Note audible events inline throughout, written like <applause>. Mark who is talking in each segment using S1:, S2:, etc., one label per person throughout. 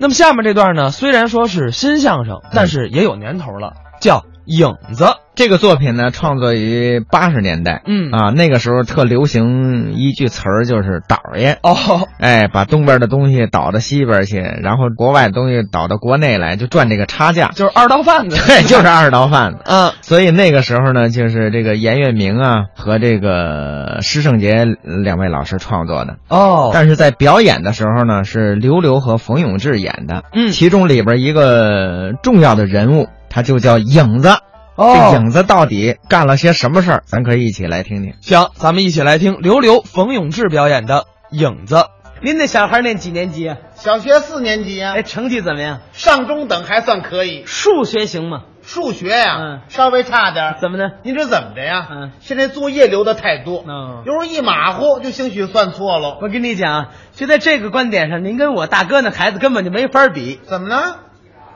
S1: 那么下面这段呢，虽然说是新相声，但是也有年头了，叫《影子》。
S2: 这个作品呢，创作于八十年代，
S1: 嗯
S2: 啊，那个时候特流行一句词儿，就是倒爷，
S1: 哦，。
S2: 哎，把东边的东西倒到西边去，然后国外的东西倒到国内来，就赚这个差价 <laughs>
S1: 就是二道贩子。
S2: 对，就是二道贩子。
S1: 嗯，
S2: 所以那个时候呢，就是这个严月明啊和这个施圣杰两位老师创作的，
S1: 哦，
S2: <laughs> 但是在表演的时候呢，是刘刘和冯永志演的。
S1: 嗯
S2: 其中里边一个重要的人物，他就叫影子。
S1: 哦，
S2: 这影子到底干了些什么事儿？咱可以一起来听听。
S1: 行，咱们一起来听刘刘、冯永志表演的《影子》。
S3: 您那小孩念几年级啊？
S4: 小学四年级呀、
S3: 哎，成绩怎么样？
S4: 上中等还算可以，
S3: 数学行吗？
S4: 数学呀、
S3: 嗯
S4: 稍微差点儿。
S3: 怎么呢？
S4: 您这怎么着呀？
S3: 嗯
S4: 现在作业留的太多，
S3: 嗯
S4: 有时候一马虎就兴许算错了。
S3: 我跟你讲啊，就在这个观点上，您跟我大哥那孩子根本就没法比，
S4: 怎么了？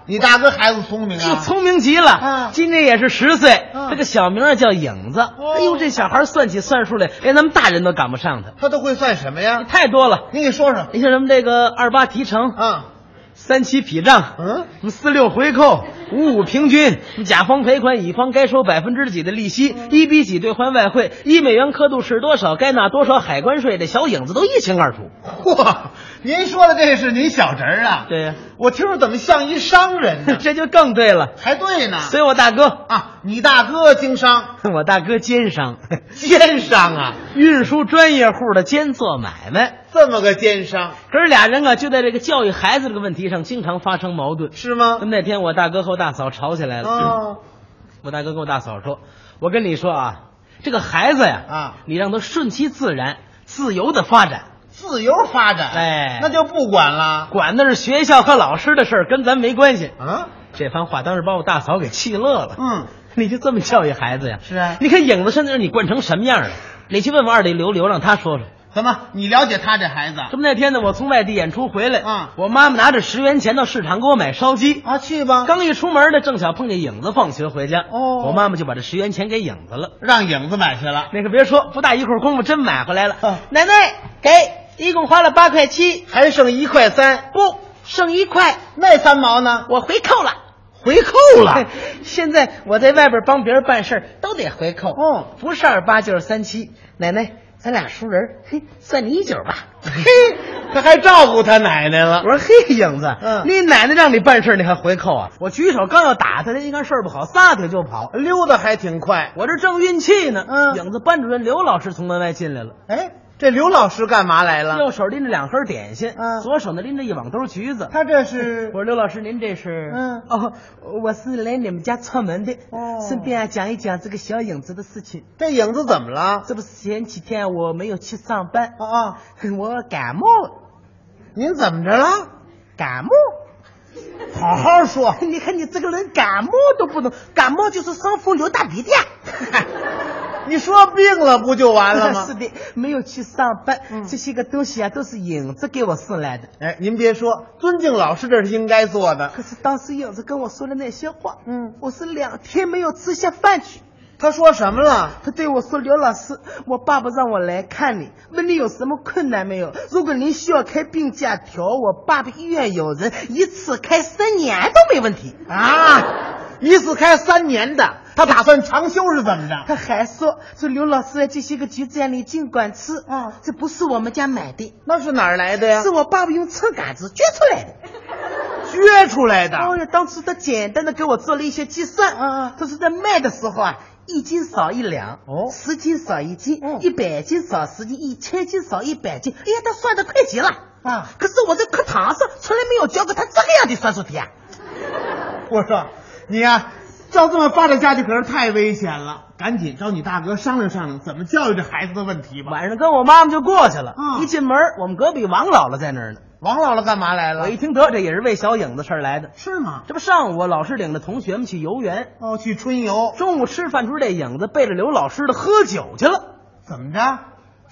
S4: 你大哥孩子聪明
S3: 就
S4: 啊？
S3: 聪明极了。
S4: 嗯
S3: 今年也是十岁，
S4: 嗯
S3: 这个小名儿叫影子。
S4: 哦
S3: 哎呦，这小孩算起算数来，连咱们大人都赶不上他，
S4: 他都会算什么呀？
S3: 太多了。
S4: 您给说说
S3: 你像什么这个二八提成，
S4: 啊？
S3: 三七劈账，
S4: 嗯，
S3: 什么四六回扣，五五平均，什么甲方赔款，乙方该收百分之几的利息，一比几兑换外汇，一美元刻度是多少，该纳多少海关税，这小影子都一清二楚。
S4: 嚯，您说的这是您小侄儿啊？，
S3: 对呀、？
S4: 我听着怎么像一商人呢
S3: <laughs> 这就更对了。
S4: 还对呢。
S3: 所以我大哥， <laughs>
S4: 啊，你大哥经商，
S3: 我大哥奸商， <laughs>
S4: 奸商啊，
S3: 运输专业户的奸做买卖。
S4: 这么个奸商
S3: 可是俩人啊，就在这个教育孩子这个问题上，经常发生矛盾。
S4: 是吗？
S3: 那天我大哥和我大嫂吵起来了。
S4: 哦。
S3: <laughs> 我大哥跟我大嫂说：“我跟你说啊，这个孩子呀，
S4: 啊
S3: 你让他顺其自然、自由的发展，
S4: 自由发展，
S3: 哎
S4: 那就不管了。
S3: 管那是学校和老师的事儿，跟咱没关系。
S4: 啊，”
S3: 这番话当时把我大嫂给气乐了。
S4: 嗯，
S3: 你就这么教育孩子呀？
S4: 是啊嗯
S3: 你看影子身子让你惯成什么样了？你去问问二弟刘刘，让他说说。
S4: 怎么？你了解他这孩子
S3: 这不那天呢，我从外地演出回来，
S4: 啊
S3: 我妈妈拿着十元钱到市场给我买烧鸡。
S4: 啊？去吧，
S3: 刚一出门呢，正巧碰见影子放学回家，
S4: 哦
S3: 我妈妈就把这十元钱给影子了。
S4: 让影子买去了，
S3: 那个别说，不大一会儿功夫真买回来了。
S4: 嗯
S3: 奶奶给，一共花了八块七，
S4: 还剩一块三，
S3: 不剩一块，
S4: <laughs> 那三毛呢？
S3: 我回扣了。
S4: 回扣了。
S3: 现在我在外边帮别人办事儿都得回扣，
S4: 哦，
S3: 不是二八就是三七。奶奶，咱俩熟人，嘿，算你一九吧。
S4: <laughs> 嘿，他还照顾他奶奶了
S3: 我。说嘿，影子，
S4: 嗯
S3: 你奶奶让你办事儿你还回扣啊？我举手刚要打他，他一看事儿不好，撒腿就跑。
S4: 溜达还挺快。
S3: 我这正运气呢，
S4: 嗯
S3: 影子班主任刘老师从门外进来了。
S4: 哎，这刘老师干嘛来了？
S3: 右手拎着两盒点心，
S4: 嗯
S3: 左手呢拎着一网兜橘子。
S4: 他这是 <laughs>
S3: 我说刘老师，您这是？
S4: 嗯
S3: 哦，我是来你们家串门的，
S4: 哦
S3: 顺便啊讲一讲这个小影子的事情。
S4: 这影子怎么了？
S3: 这不是前几天啊我没有去上班，
S4: 啊啊，
S3: <laughs> 我感冒了，
S4: 您怎么着了？
S3: 感冒。 <laughs>
S4: 好好说。
S3: 你看你这个人感冒都不能，感冒就是伤风流大
S4: <laughs>
S3: 鼻涕啊。
S4: <laughs> 你说病了不就完了 <laughs>
S3: 是
S4: 吗？嗯
S3: 的，没有去上班，这些个东西啊都是影子给我送来的。
S4: 哎，您别说，尊敬老师这是应该做的。
S3: 可是当时影子跟我说的那些话，
S4: 嗯，
S3: 我是两天没有吃下饭去。
S4: 他说什么了？
S3: 他对我说：“刘老师，我爸爸让我来看你，问你有什么困难没有？如果您需要开病假条，我爸爸医院有人，一次开三年都没问题。
S4: 啊，一次开三年的，他打算长休是怎么”着？
S3: 他还说：“说刘老师，啊这些个橘子呀，你尽管吃
S4: 啊
S3: 这不是我们家买的，
S4: 那是哪儿来的呀
S3: 是？我爸爸用秤杆子撅出来的。”
S4: 撅出来的。
S3: 哦呀，当初他简单的给我做了一些计算，
S4: 啊
S3: 他说在卖的时候啊，一斤少一两，
S4: 哦
S3: 十斤少一斤，
S4: 嗯
S3: 一百斤少十斤，一千斤少一百斤，哎呀，他算的快极了
S4: 啊！
S3: 可是我在课堂上从来没有教过他这个样的算术题啊！
S4: 我说你呀、照这么发展下去可是太危险了，赶紧找你大哥商量商量怎么教育这孩子的问题吧。
S3: 晚上跟我妈妈就过去了，
S4: 嗯
S3: 一进门我们隔壁王姥姥在那儿呢，
S4: 王姥姥干嘛来了
S3: 我一？听得这也是为小影子事儿来的。
S4: 哎是吗？
S3: 这不上午啊老师领着同学们去游园，
S4: 哦，去春游，
S3: 中午吃饭时候这影子背着刘老师的喝酒去了。
S4: 怎么着？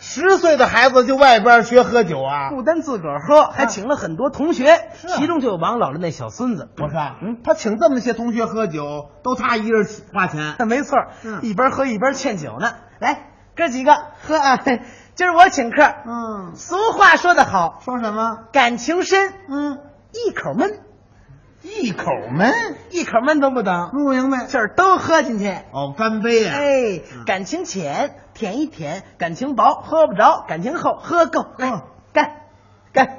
S4: 十岁的孩子就外边学喝酒啊？
S3: 不单自个儿喝，嗯还请了很多同学，
S4: 啊
S3: 其中就有王姥姥那小孙子。
S4: 我说，啊
S3: 嗯，
S4: 他请这么些同学喝酒，都他一人花钱。
S3: <laughs> 没错儿，
S4: 嗯
S3: 一边喝一边劝酒呢。来，哥几个喝啊！ <laughs> 今儿我请客。
S4: 嗯，
S3: 俗话说得好，
S4: 说什么？
S3: 感情深，
S4: 嗯，一口闷，一口闷，
S3: 一口闷都不懂，
S4: 不嗯明白。嗯
S3: 就是都喝进去。
S4: 哦，干杯呀、
S3: 哎，感情浅舔一舔，感情薄喝不着，感情厚喝够。来
S4: 嗯，
S3: 干，干，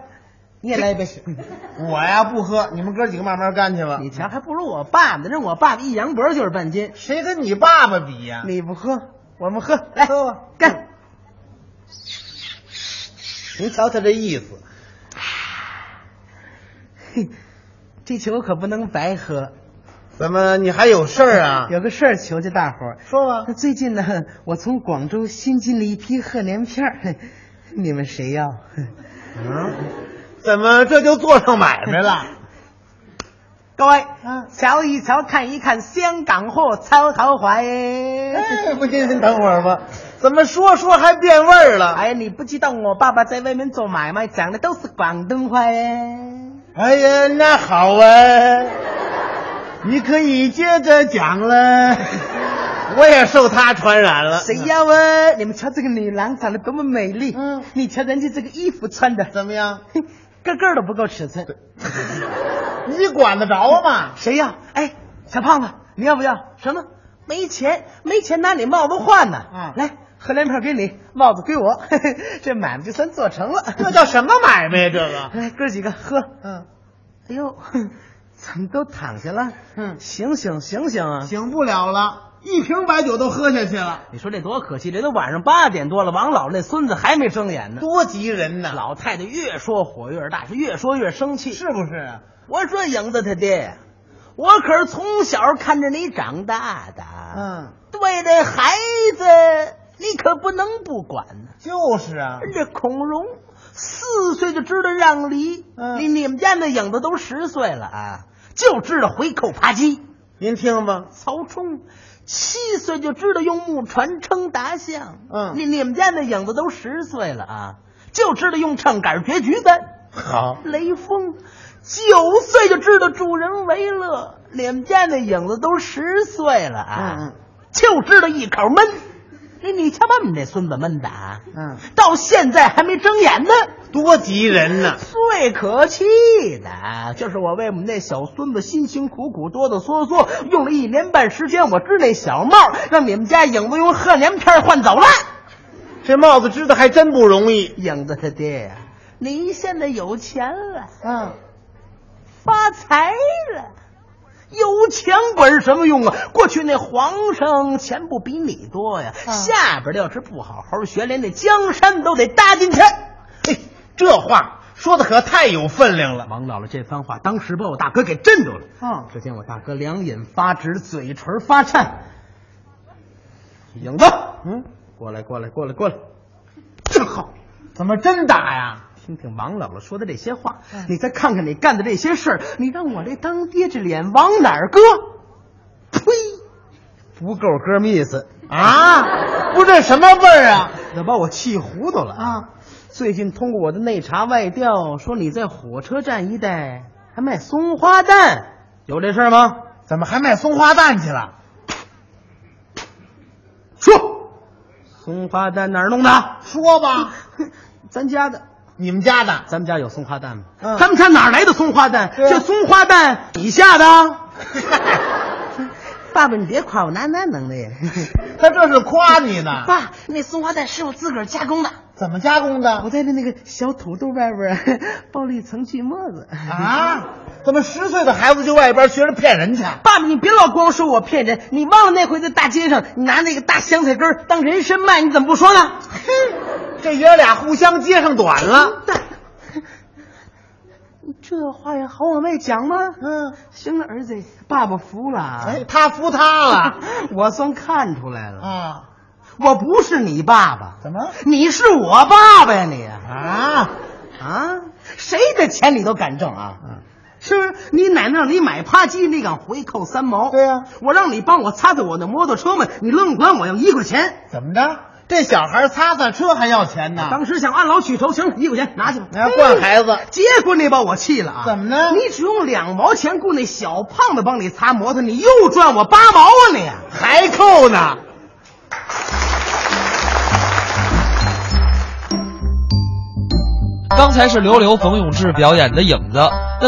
S3: 你也来一杯。
S4: <laughs> 我呀不喝，你们哥几个慢慢干去吧。
S3: 你瞧，还不如我爸呢。那我爸一扬脖就是半斤。
S4: 谁跟你爸爸比呀、
S3: 你不喝，我们喝，
S4: 啊
S3: 来
S4: 喝吧嗯
S3: 干。
S4: 您瞧他这意思，
S3: 嘿这酒可不能白喝，
S4: 怎么你还有事儿啊？
S3: 有个事儿求求大伙儿。
S4: 说吧。
S3: 最近呢，我从广州新进了一批贺年片儿，嘿你们谁要？
S4: 嗯，怎么这就做上买卖了？
S3: <laughs> 各位，
S4: 嗯
S3: 瞧一瞧，看一看，香港货超豪华
S4: <laughs>
S3: 耶！
S4: 哎，不行，您等会儿吧。怎么说说还变味儿了？
S3: 哎呀，你不知道我爸爸在外面做买卖，讲的都是广东话耶。
S4: 哎呀，那好啊，你可以接着讲了。我也受他传染了。
S3: 谁要啊？你们瞧这个女郎长得多么美丽，
S4: 嗯
S3: 你瞧人家这个衣服穿的，
S4: 怎么样？
S3: 嘿 <laughs> 个个都不够尺寸。
S4: 你管得着吗？
S3: 谁要？哎，小胖子，你要不要？什么？没钱，没钱拿你帽子换呢。
S4: 嗯
S3: 来，贺年票给你，帽子归我， <laughs> 嘿嘿，这买卖就算做成
S4: <laughs>
S3: 了。
S4: 这叫什么买卖呀？这个，
S3: 来，哥几个喝。
S4: 嗯，
S3: 哎 <laughs> 呦，哼怎么都躺下了？
S4: 嗯
S3: 醒醒醒醒啊！
S4: 醒不了了，一瓶白酒都喝下去了，
S3: 你说这多可惜，这都晚上八点多了，王老那孙子还没睁眼呢。
S4: 多急人呐！
S3: 老太太越说火越大，是越说越生气。
S4: 是不是啊？
S3: 我说影子他爹呀，我可是从小看着你长大的。
S4: 嗯，
S3: 对这孩子，你可不能不管呢、
S4: 就是啊，
S3: 人家孔融四岁就知道让梨，
S4: 嗯
S3: 你你们家那影子都十岁了啊，就知道回扣扒鸡。
S4: 您听吧，
S3: 曹冲七岁就知道用木船撑大象，
S4: 嗯
S3: 你你们家那影子都十岁了啊，就知道用秤杆儿撅橘子。
S4: 好，
S3: 雷锋九岁就知道助人为乐，你们家那影子都十岁了啊，
S4: 嗯嗯
S3: 就知道一口闷。你你瞧把我们这孙子闷的啊，
S4: 嗯，
S3: 到现在还没睁眼呢。
S4: 多急人呐！
S3: 最可气的就是我为我们那小孙子辛辛苦苦、哆哆嗦嗦用了一年半时间，我织那小帽，让你们家影子用贺年片换走了。
S4: 这帽子织的还真不容易。
S3: 影子他爹呀，你现在有钱了。
S4: 嗯，
S3: 发财了。有钱管什么用啊？过去那皇上钱不比你多呀，下边儿要是不好好学，连那江山都得搭进去。
S4: 嘿，这话说的可太有分量了。
S3: 王姥姥这番话，当时把我大哥给震住了。
S4: 嗯
S3: 只见我大哥两眼发直，嘴唇发颤。影子，
S4: 嗯，
S3: 过来，过来，过来，过来，正好。
S4: 怎么真打呀？嗯
S3: 听听王姥姥说的这些话，你再看看你干的这些事儿，你让我这当爹这脸往哪儿搁？呸！
S4: 不够哥们意思啊！不是这什么味儿啊？
S3: 那把我气糊涂了
S4: 啊！
S3: 最近通过我的内查外调，说你在火车站一带还卖松花蛋，有这事儿吗？
S4: 怎么还卖松花蛋去了？
S3: 说，松花蛋哪儿弄的？
S4: 说吧，
S3: 咱家的，
S4: 你们家的
S3: 咱们家有松花蛋吗？
S4: 嗯
S3: 咱们家哪儿来的松花蛋？
S4: 对啊
S3: 这松花蛋你下的？ <laughs> 爸爸，你别夸我哪哪能 <laughs> 耐。
S4: 他这是夸你呢。
S3: 爸，那松花蛋是我自个儿加工的，
S4: 怎么加工
S3: 我
S4: 的？
S3: 在那那个小土豆外边儿 <laughs> 包了一层锯沫子。
S4: 啊？怎么十岁的孩子就外边学着骗人去？
S3: <laughs> 爸爸，你别老光说我骗人，你忘了那回在大街上，你拿那个大香菜根儿当人参卖，你怎么不说呢？
S4: <laughs> 这爷俩互相接上短了。
S3: 大，这话也好往外讲吗？
S4: 嗯，
S3: 行了，儿子，爸爸服了啊。
S4: 哎，他服他了
S3: <laughs> 我算看出来了，
S4: 啊？
S3: 我不是你爸爸，
S4: 怎么
S3: 你是我爸爸呀你
S4: 啊？
S3: 啊！谁的钱你都敢挣啊？
S4: 嗯
S3: 是不是？你奶奶让你买扒鸡，你敢回扣三毛？
S4: 对呀
S3: 我让你帮我擦擦我的摩托车嘛，你愣管我要一块钱。
S4: 怎么着？这小孩擦擦车还要钱呢？
S3: 当时想按劳取酬，行，一块钱拿去吧。
S4: 啊哎惯孩子
S3: 哎结果你把我气了啊！
S4: 怎么呢
S3: 你只用两毛钱雇那小胖子帮你擦摩托，你又赚我八毛啊你！
S4: 还扣呢？
S1: 刚才是刘刘、冯永志表演的《影子》。那